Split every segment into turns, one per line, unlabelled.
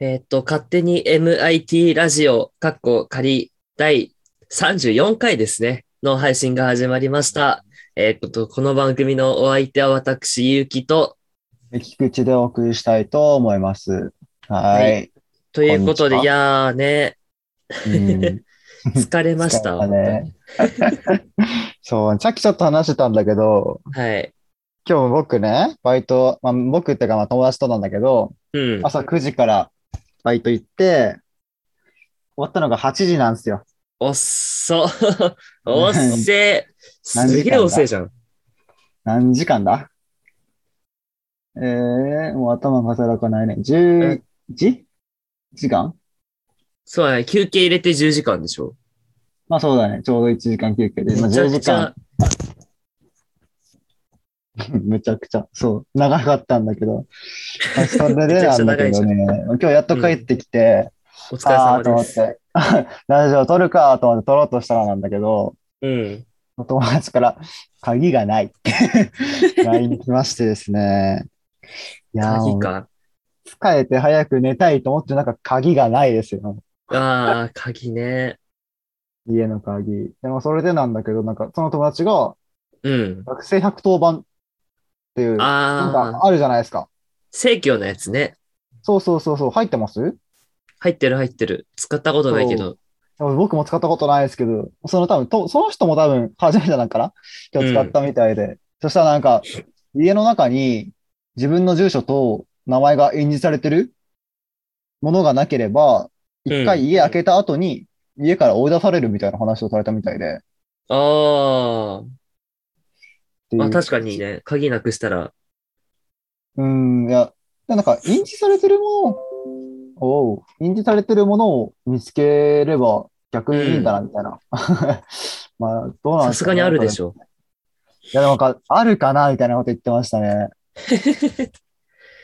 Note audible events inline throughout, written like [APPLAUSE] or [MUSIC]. えーっと、勝手に MIT ラジオ、かっこ仮、第34回ですね、の配信が始まりました。えーっと、この番組のお相手は私、ゆうきと、
菊池でお送りしたいと思います。はい。
ということで、
こんに
い
ち
やーね、
うん、
疲れました。
[LAUGHS] 疲れたねそう、さっきちょっと話してたんだけど、
本当にはい。
今日僕ね、バイト、まあ、僕ってかまあ友達となんだけど、
うん。
朝9時からバイト行って、終わったのが8時なんですよ。
おっ
[LAUGHS]
そ。おっせー。
何時間だ
すげえおっせえじゃん。
何時間だえー、もう頭が働かないね。10時時間
そうだね。休憩入れて10時間でしょ。
まあそうだね。ちょうど1時間休憩で。まあ、
めちゃ
10
く
時
ち
間
ゃ。。
めちゃくちゃ、そう、長かったんだけ
[LAUGHS]
ど、まあそれ
め
で
ちゃく
な
ちゃ
んだ
長
け
いじゃ
ど
ん
ね、今日やっと帰ってきて、
お疲れ
ああーと
様
思
で
っ
す。
て、 [LAUGHS] ラジオ撮るかと思って撮ろうとしたらなんだけど、
うん。
お友達から、鍵がないって、
[LAUGHS]
LINE 来ましてですね、いやー、
鍵
もう
か。
疲れて早く寝たいと思って、なんか鍵がないですよ。
ああ、鍵ね。
家の鍵。でもそれでなんだけど、なんかその友達が
うん。
学生110番っていう、なん
あ
か
あ、
あるじゃないですか。
正規のやつね。
そうそうそうそう、入ってます
入ってる入ってる。使ったことないけど。
僕も使ったことないですけど、その多分と、その人も多分初めてなんかな今日使ったみたいで。そしたらなんか、家の中に自分の住所と名前が印字されてるものがなければ、
うん
一回家開けた後に家から追い出されるみたいな話をされたみたいで。
あ
ってい
あ、まあ
う
確かにね。鍵なくしたら。
うん、いや、なんか印字されてるものを、おう印字されてるものを見つければ逆にいいんだな、みたいな。 [LAUGHS] まあ、どうなん
さ
です
す
か
が
ね
にあるでしょ。
いや、なんか、あるかなみたいなこと言ってましたね。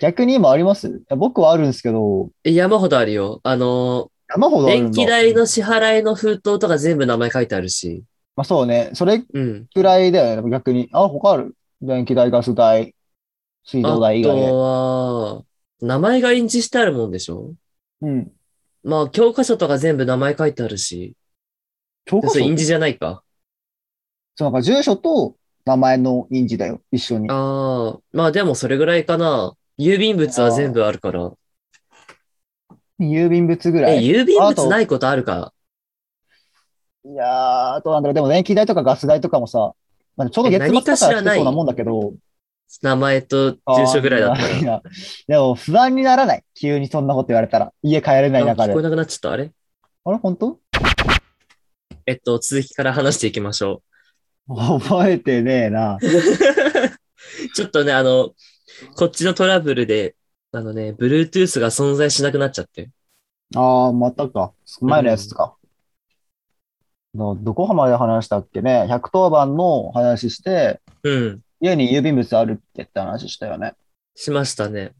逆に今ありますいや僕はあるんですけど、
え山ほどあるよ。あの
山ほ
ー、
どあるん
電
だ。
気代の支払いの封筒とか全部名前書いてあるし。
まあそうね。それ
うん。
くらいだよね。逆に。あ、他ある。電気代、ガス代、水
あ
道
と
代以外で。
は、名前が印字してあるもんでしょ
うん。
まあ、教科書とか全部名前書いてあるし。
教科
そ
書
れ印字じゃないか。
そう、なんか住所と名前の印字だよ。一緒に。
ああ、まあでもそれぐらいかな。郵便物は全部あるから。
郵便物ぐら
え、
い。い
郵便
あ
物
と
ないことあるか。
やー、どうなんだろう。でも電気代とかガス代とかもさ、まあちょうど月末だから来てそうなもんだけど、
名前と住所ぐらいだったら。
いや、でも不安にならない。急にそんなこと言われたら。家帰れない
あ
中
聞
で
こえ。なくなっちゃった。あれ
あれ本当
えっと、続きから話していきましょ
覚えてねえな。
う。ちょっとね、あの、こっちのトラブルで、あのね、Bluetooth が存在しなくなっちゃって。
ああ、またか。前のやつか。どどこまで話したっけね。110番の話して、
うん。
家に郵便物あるっけって話したよね。
しましたね。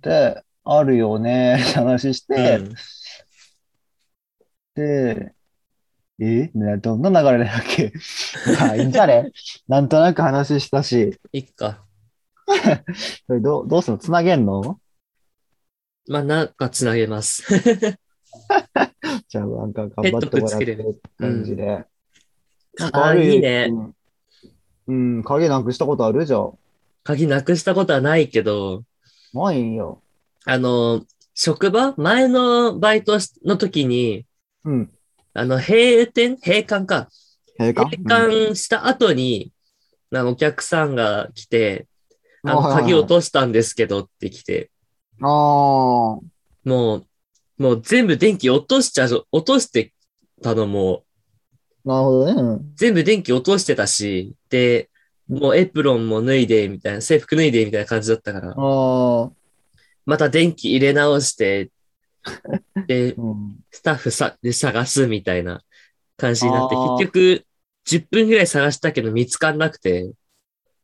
で、あるよねって話し
う
て、
ん。
で、えねどんな流れだっけ [LAUGHS] まあ、いいんじゃね [LAUGHS] なんとなく話したし、
いっか。
それどうどうするのつなげんの
まあ、なんかつなげます。
じゃあ、なんか頑張ってもらってって感じで。
ああ、いいね。。
うん、うん鍵なくしたことあるじゃん。
鍵なくしたことはないけど、
ないよ。
あの、職場前のバイトの時に、
うん。
あの、閉店閉館か。
閉
閉
館
館した後に、あのお客さんが来て、あの、鍵落
あ
としたんですけどって来て、
あー。
もう、もう全部電気落としちゃう、落としてたのも、
なるほどね。うん
全部電気落としてたし、で、もうエプロンも脱いで、みたいな、制服脱いで、みたいな感じだったから、
ああ。
また電気入れ直して、
[LAUGHS]
で、
うん。
スタッフさで探すみたいな感じになって、
あー
結局、10分ぐらい探したけど見つかんなくて、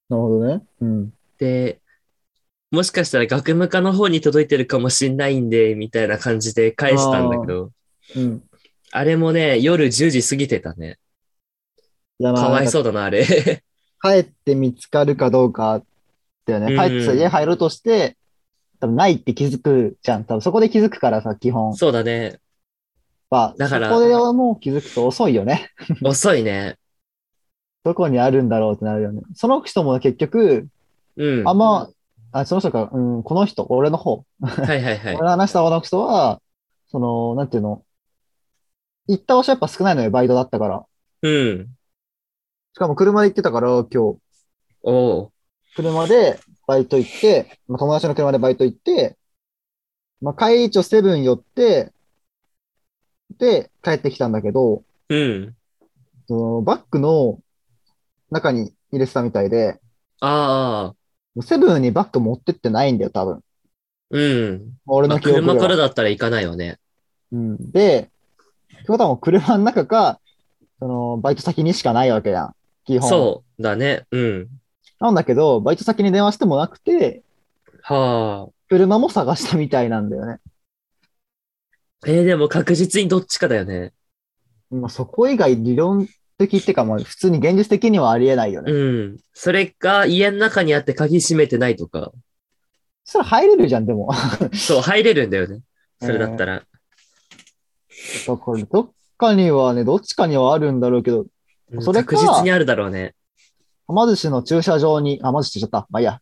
なるほどね。うん。
で、もしかしたら学務課の方に届いてるかもしんないんで、みたいな感じで返したんだけど、
うん。
あれもね、夜10時過ぎてたね。
いや、
かわい
なん
そうだな、あれ。
か帰って見つかるかどうかだよ
う
ね。
ん
帰ってさ家入ろうとして、多分ないって気づくじゃん。多分そこで気づくからさ、基本。
そうだね。
まあ、
だから
そこでもう気づくと遅いよね。
遅いね。
どこにあるんだろうってなるよね。その人も結局、
うん。
あ
は
んま、あ、その人か、うん、この人、俺の方、
いはいはい
俺。の話した方の人は、その、なんていうの、行った場所やっぱ少ないのよ、バイトだったから。
うん。
しかも車で行ってたから、今日、
おう。
車でバイト行って、まあ、友達の車でバイト行って、まあ、帰り一応セブン寄って、で、帰ってきたんだけど、
うん。
そのバッグの中に入れてたみたいで、
ああ。
セブンにバッグ持ってってないんだよ、多分。
うん。
俺
ま
の
あ、
記憶では。
車からだったら行かないよね。
うん、で、ってことはもう車の中か、その、バイト先にしかないわけやん。基本。
そうだね。うん。
なんだけど、バイト先に電話してもなくて、
は
車も探したみたいなんだよね。
あ。えーでも確実にどっちかだよね。
まあ、そこ以外理論的ってか、まあ、普通に現実的にはありえないよね。
うん。それか、家の中にあって鍵閉めてないとか。
そしたら入れるじゃん、でも。 [LAUGHS]
そう、入れるんだよね。それだったら。
だから、どっかにはね、どっちかにはあるんだろうけど、
うん
それか
確実にあるだろうね。
はま寿司の駐車場に、あ、はま寿司って言っちゃった。まあ、い
[LAUGHS]
いや。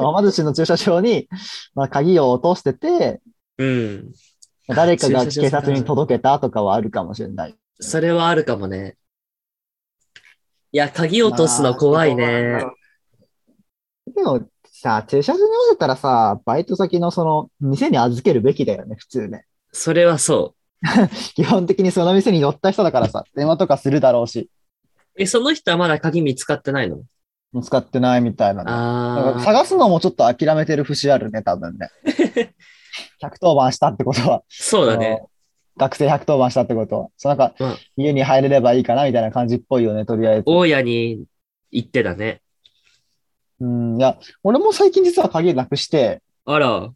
[LAUGHS] はま寿司の駐車場に、まあ、鍵を落としてて、
うん。
誰かが
駐車
警
場か
察に届けたとかはあるかもしれない。
それはあるかもね。いや、鍵落とすの怖いね。
でもさ、駐車場に落ちてたらさ、バイト先のその店に預けるべきだよね、普通ね。
それはそ
基本的にその店に乗った人だから
[LAUGHS]
さ、電話とかするだろうし、
う。え、その人はまだ鍵見つかってないの
見つかってないみたいなの。なん
あ
か
あ。
探すのもちょっと諦めてる節あるね、多分
[LAUGHS]
ね。110番したってことは。
そうだね
あ。の。学生110番したってことは。そうなんか、
うん
家に入れればいいかなみたいな感じっぽいよね、とりあえず。
大家に行ってだね。
うん、いや、俺も最近実は鍵なくして、
あら。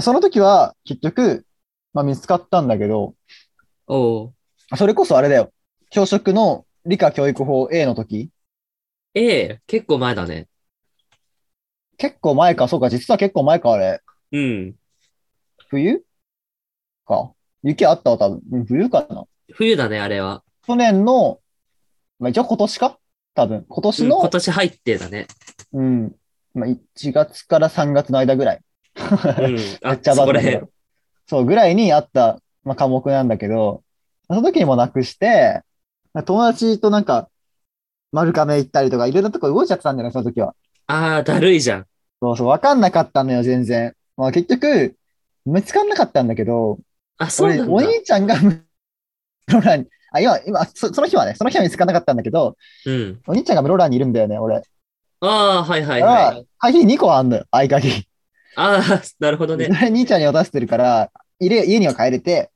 その時は結局、まあ、見つかったんだけど、
おう。
それこそあれだよ。教職の理科教育法 A の時、
ええ、結構前だね。
結構前か、そうか、実は結構前か、あれ。
うん。
冬か。雪あったわ、多分。うん冬かな。
冬だね、あれは。
去年の、まあ、一応今年か多分。今
う
年
ん
の、
今年入ってだね。
うん。まあ、1月から3月の間
[LAUGHS]
ぐらい。 [LAUGHS]
うん。
め
あ
っちゃ
そ
バ
こら
ズる
辺。
そう、ぐらいにあった、まあ、科目なんだけど、その時にもなくして、友達となんか、丸亀行ったりとか、いろんなとこ動いちゃってたんだよね、その時は。
ああ、だるいじゃん。
そうそう、わかんなかったのよ、全然。まあ、結局、見つかんなかったんだけど、
あ、そう
俺、
なん
お
だ。
兄ちゃんが、室蘭に、あ、今、今そ、その日はね、その日は見つかんなかったんだけど、
うん。
お兄ちゃんが室蘭にいるんだよね、俺。
ああ、はいはい
だか
は
ら
い。
鍵2個あんのよ、合鍵。
ああ、なるほど
それ
ね。
[LAUGHS] 兄ちゃんに渡してるから、入れ、家には帰れて、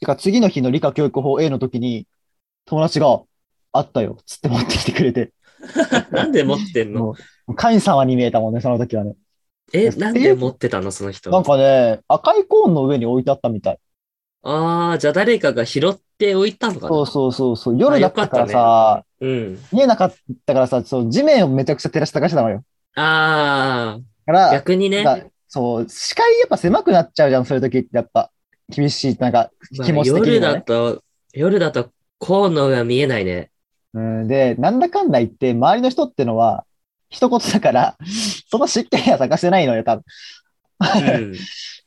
てか次の日の理科教育法 A の時に、友達が、あったよ、つって持ってきてくれて。
なんで持ってん
[LAUGHS]
の
もう、神様に見えたもんね、その時はね。
え、なんで持ってたのその人
なん
は。
かね、赤いコーンの上に置いてあったみたい。
ああ、じゃあ誰かが拾っておいたのか
そう
な
そうそうそう。夜だったから
あよか
さ、
うん。
見えなかったからさ、そう、地面をめちゃくちゃ照らし高してたのよ。
あ
か
あ、
ら、
逆にね。
なんかそう、視界やっぱ狭くなっちゃうじゃん、そういう時ってやっぱ。厳しい、なんか、
まあ
気持ち的に
夜
はね
だと、夜だと、コーンの上は見えないね。
うん、で、なんだかんだ言って、周りの人ってのは、一言だから、 [LAUGHS] その湿気には探してないのよ、多分。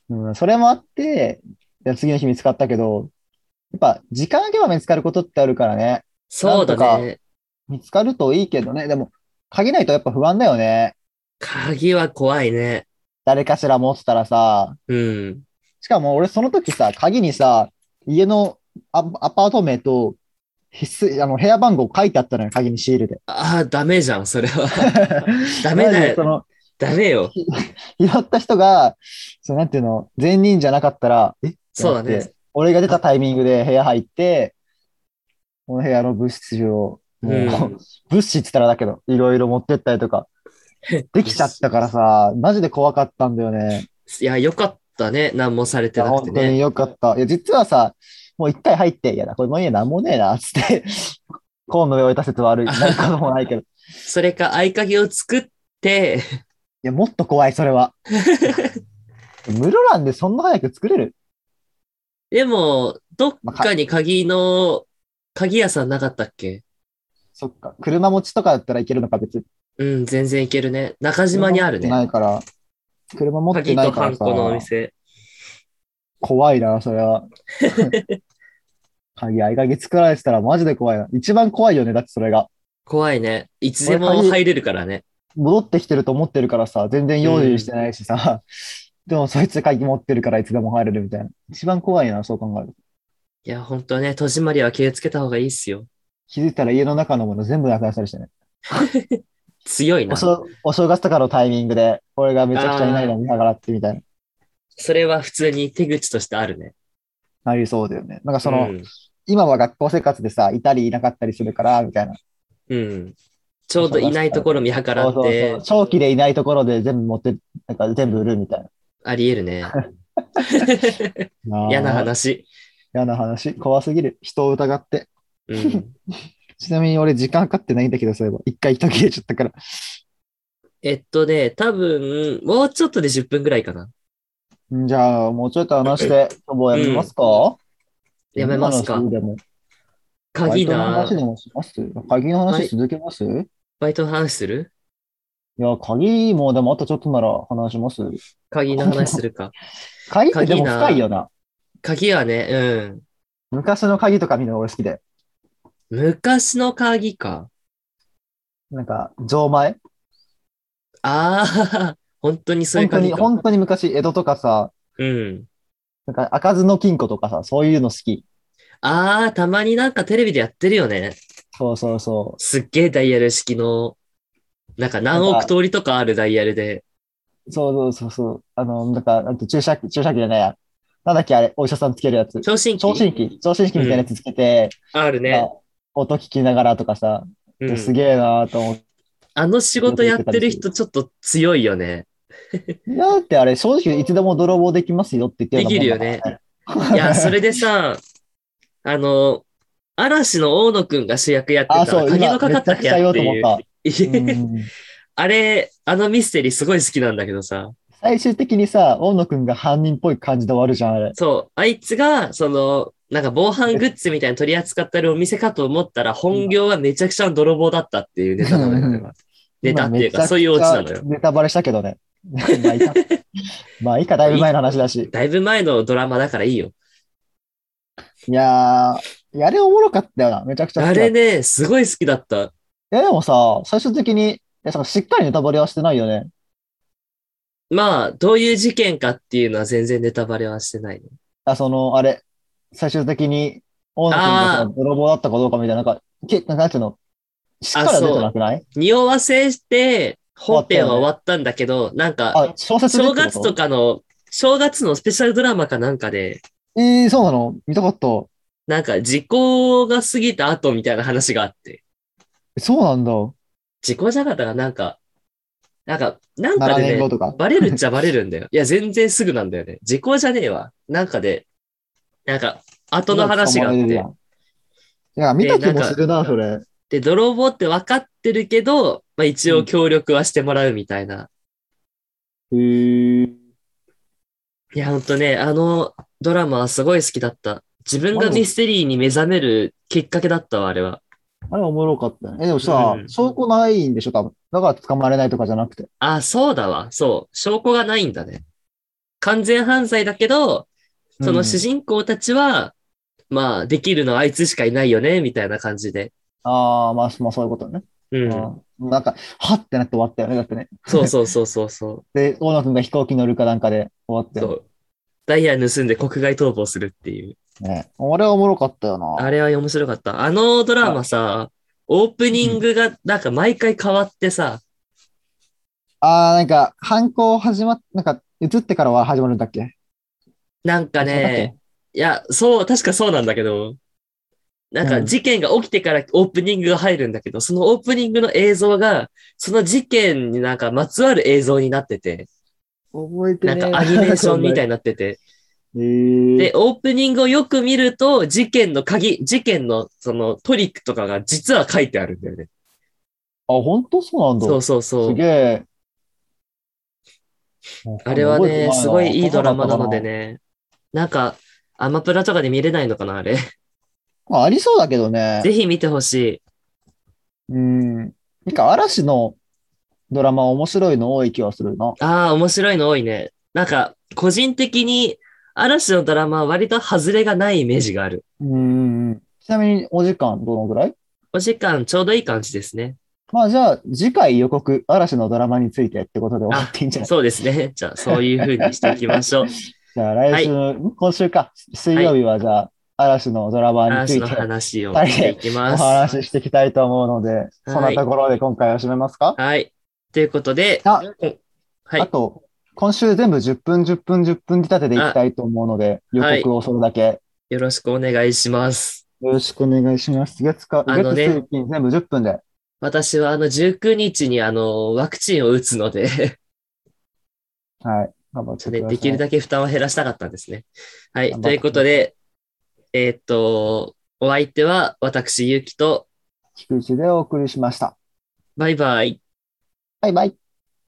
うん、それもあって、で次の日見つかったけど、やっぱ、時間あけば見つかることってあるからね。
そうだね。
見つかるといいけどね。でも、限ないとやっぱ不安だよね。
鍵は怖いね。
誰かしら持ってたらさ。
うん。
しかも俺その時さ、鍵にさ、家のアアパート名と、必須、あの、部屋番号書いてあったのよ、鍵にシールで。
ああ、ダメじゃん、それ
[LAUGHS]
は。ダメ
マジ
だ
でそ
よ。
の、
ダメよ。
拾った人が、そうなんていうの、善人じゃなかったら、え
そうだ。
ってなっ
ね
て。俺が出たタイミングで部屋入って、この部屋の物質を、もう、
うん
物質って言ったらだけど、いろいろ持ってったりと
[LAUGHS]
か、できちゃったからさ、マジで怖かったんだよね。
いや、よかったね。何もされ
い
て
や
なく
本
て
当に
ね。
よかった。いや、実はさ、もう一回入って、いやな、これもう家なんもねえな、つって、
[LAUGHS]
コーンの上を置いた説は悪い。なんかもないけど。
それか、合鍵を作って、
や、もっと怖い、そ
[LAUGHS]
れは。室蘭でそんな早く作れる
でも、どっかに鍵の、鍵屋さんなかったっけ
そっか。車持ちとかだったらいけるのか、別に。
うん、全然いけるね。中島にある
車持
ね。
ってないから。車持っ
鍵
てな
と
いか
ハ
ら
ンコのお
さ。
店。
怖いな、それ
[LAUGHS]
は。鍵、合鍵作られてたらマジで怖いな。一番怖いよね、だってそれが。
怖いね。いつで
こ
も
れ鍵
入れるからね。
戻ってきてると思ってるからさ、全然用意してないしさ。でもそいつ鍵持ってるからいつでも入れるみたいな。一番怖いな、そう考えると。
いや、本当ね、戸締まりは気をつけた方がいいっすよ。
気づいたら家の中のもの全部なくなったりしてね。
強い
お
な。
正お正月とかのタイミングで、俺がめちゃくちゃいないの見計らってみたいな。
それは普通に手口としてあるね。
なりそうだよね。なんかその、
うん
今は学校生活でさ、いたりいなかったりするから、みたいな。
うん。ちょうどいないところ見計ら
そう
っ
そうそ
て
う。、長期でいないところで全部持って、なんか全部売るみたい
ありえるね。
な。
嫌な
あー。
話。
嫌な話。怖すぎる。人を疑って。 [LAUGHS]
うん。
ちなみに俺時間かかってないんだけど、そういえば。一回途切れちゃったから。
えっとね、多分、もうちょっとで10分ぐらいかな。
んじゃあ、もうちょっと話して、今日もやめますか、
やめますか
今の話でも
鍵
バイトの
な
話、でもします鍵の
はい
話続けます、い、
バイトの話する
や、鍵もでもあとちょっとなら話します。
鍵の話する
[LAUGHS]
か。
鍵ってで
鍵
も
な
深いよな。
鍵はね、うん。
昔の鍵とか見るの俺好きで。
昔の鍵か。
なんか、錠前。
ああ、 [LAUGHS] 本当にそうい
本
う
当
鍵
に、
か。
本当に昔、江戸とかさ、
うん。
なんか開かずの金庫とかさ、そういうの好き。
ああ、たまになんかテレビでやってるよね。
そうそうそ
すっげえダイヤル式の、なんか何億通りとかあるダイヤルで。
う。そうそうそうそう。あの、なんか、なんて注射器、注射器じゃないや。なんだっけあれ、お医者さんつけるやつ。
聴診器
聴診器、聴診器みたいなやつつけて、
あるね
あ。音聞きながらとかさ、
うん
すげえなーと思って。
あの仕事やってる人ちょっと強いよね。
だってあれ、正直いつでも泥棒できますよって言ってるような [LAUGHS] もんだから
いや、それでさ、あの、嵐の大野くんが主役やってた
あ、そ
ら
う、
鍵の
今、
か
め
かっ
ち
た
ゃ
部
くちゃ言
屋
お
っ
う
て
と思
い
っ
う。
た。
いうや
ん
[LAUGHS] あれ、あのミステリーすごい好きなんだけどさ。
最終的にさ、大野くんが犯人っぽい感じで終わるじゃん、あれ。
そう、あいつが、その、なんか防犯グッズみたいに取り扱ってるお店かと思ったら、本業はめちゃくちゃの泥棒だったっていうネタなのよ
うん
あれは。ネタっていう
ま
か、
あ
そういうオチなの
めちゃ
よ
くち。ゃネタバレしたけどね。 [LAUGHS] まあいいか。まあいいか、だいぶ前の話だし。
だいぶ前のドラマだからいいよ。
いやー、いやあれおもろかったよな、めちゃくちゃ好
あ
きだった。
れね、すごい好きだった。
いやでもさ、最終的に、いやそのしっかりネタバレはしてないよね。
まあ、どういう事件かっていうのは全然ネタバレはしてないね。
あ、その、あれ、最終的に、大野くんが
あ
さ
ー
泥棒だったかどうかみたいな、なんか、けなんかなんていうの、しっかりは出てなくない
匂わせして、本編は終わったんだけど、なんか、
あ、小説でって
正
こと
月とかの、正月のスペシャルドラマかなんかで、
えー、そうなの見たかった。
なんか時効が過ぎた後みたいな話があって、
えそうなんだ。
時効じゃなかったらなんか、なんか、なんか
7
で
年後
ね、
とか。
バレるっちゃバレるんだよ。いや、全然すぐなんだよね。時効じゃねえわ。なんかで、なんか、後の話があっ
今捕まえれる
て
や、んいや、見た気
で
も
なんか
するな、それ。
で、泥棒って分かってるけど、まあ一応協力はしてもらうみたいな。
へー。
いや、ほんとね、あのドラマはすごい好きだった。自分がミステリーに目覚めるきっかけだったわ、あれは。
あれおもろかったね。え、でもさ
う、ん
証拠ないんでしょ、多分。だから捕まれないとかじゃなくて。
あ、そうだわ。そう。証拠がないんだね。完全犯罪だけど、その主
人
人公たちは、まあ、できるのはあいつしかいないよね、みたいな感じで。
ああ、まあ、まあ、そういうことね。
う。
うんん。なんか、はってなって終わったよね、だってね。
そうそうそうそうそ
[LAUGHS] で、大野くんが飛行機乗るかなんか [LAUGHS] で終わっ
う。
て。
そう。ダイヤ盗んで国外逃亡するっていう。
ね。あれはおもろかったよな。
あれは面白かった。あのドラマさ、オープニングがなんか毎回変わってさ、
ああ、なんか、犯行始まっ、なんか、映ってからは始まるんだっけ
なんかね、いや、そう、確かそうなんだけど、なんか
うん
事件が起きてからオープニングが入るんだけど、そのオープニングの映像が、その事件になんかまつわる映像になってて、
覚えて
な
ね
んかアニメーションみたい
い。
になってて、
[LAUGHS] へー
で、オープニングをよく見ると、事件の鍵、事件のそのトリックとかが実は書いてあるんだよね。
あ、本当そうなんだ。
そうそうそ
す
う
げ。え。
あれはね、すごいいいドラマなので。ね。なんか、アマプラとかで見れないのかな、あれ。
まあ、ありそうだけどね。
[LAUGHS] ぜひ見てほしい。
うん。なんか嵐のドラマ面白いの多い気はするな。
ああ、面白いの多いね。なんか、個人的に、嵐のドラマは割と外れがないイメージがある。
うん。ちなみにお時間どのぐらい
お時間ちょうどいい感じですね。
まあじゃあ次回予告、嵐のドラマについてってことで終わっていいんじゃない
そうですね。じゃあ、そういう風にしていきま
[LAUGHS]
しょう。
じゃあ来週、今週か、水曜日はじゃあ嵐のドラマにつ
嵐
い
の
て
話をしていき
お
ます。
話ししていきたいと思うので、そんなところで今回は締めますか
はい。ということで、
あ
は
あ
い。
と、今週全部10分、10分、10分仕立てでいきたいと思うので、予
はい
告をそれだけ。
よろしくお願いします。
よろしくお願いします。月か、
あのね
月水金全部10分で。
私はあの19日にあのワクチンを打つので、
はい。頑張ってください。
できるだけ負担を減らしたかったんですね。はい。
頑張っ
と
て
いうことで、えーっと、お相手は私、ゆうきと、
菊池でお送りしました。
バイバイ。
バイバイ。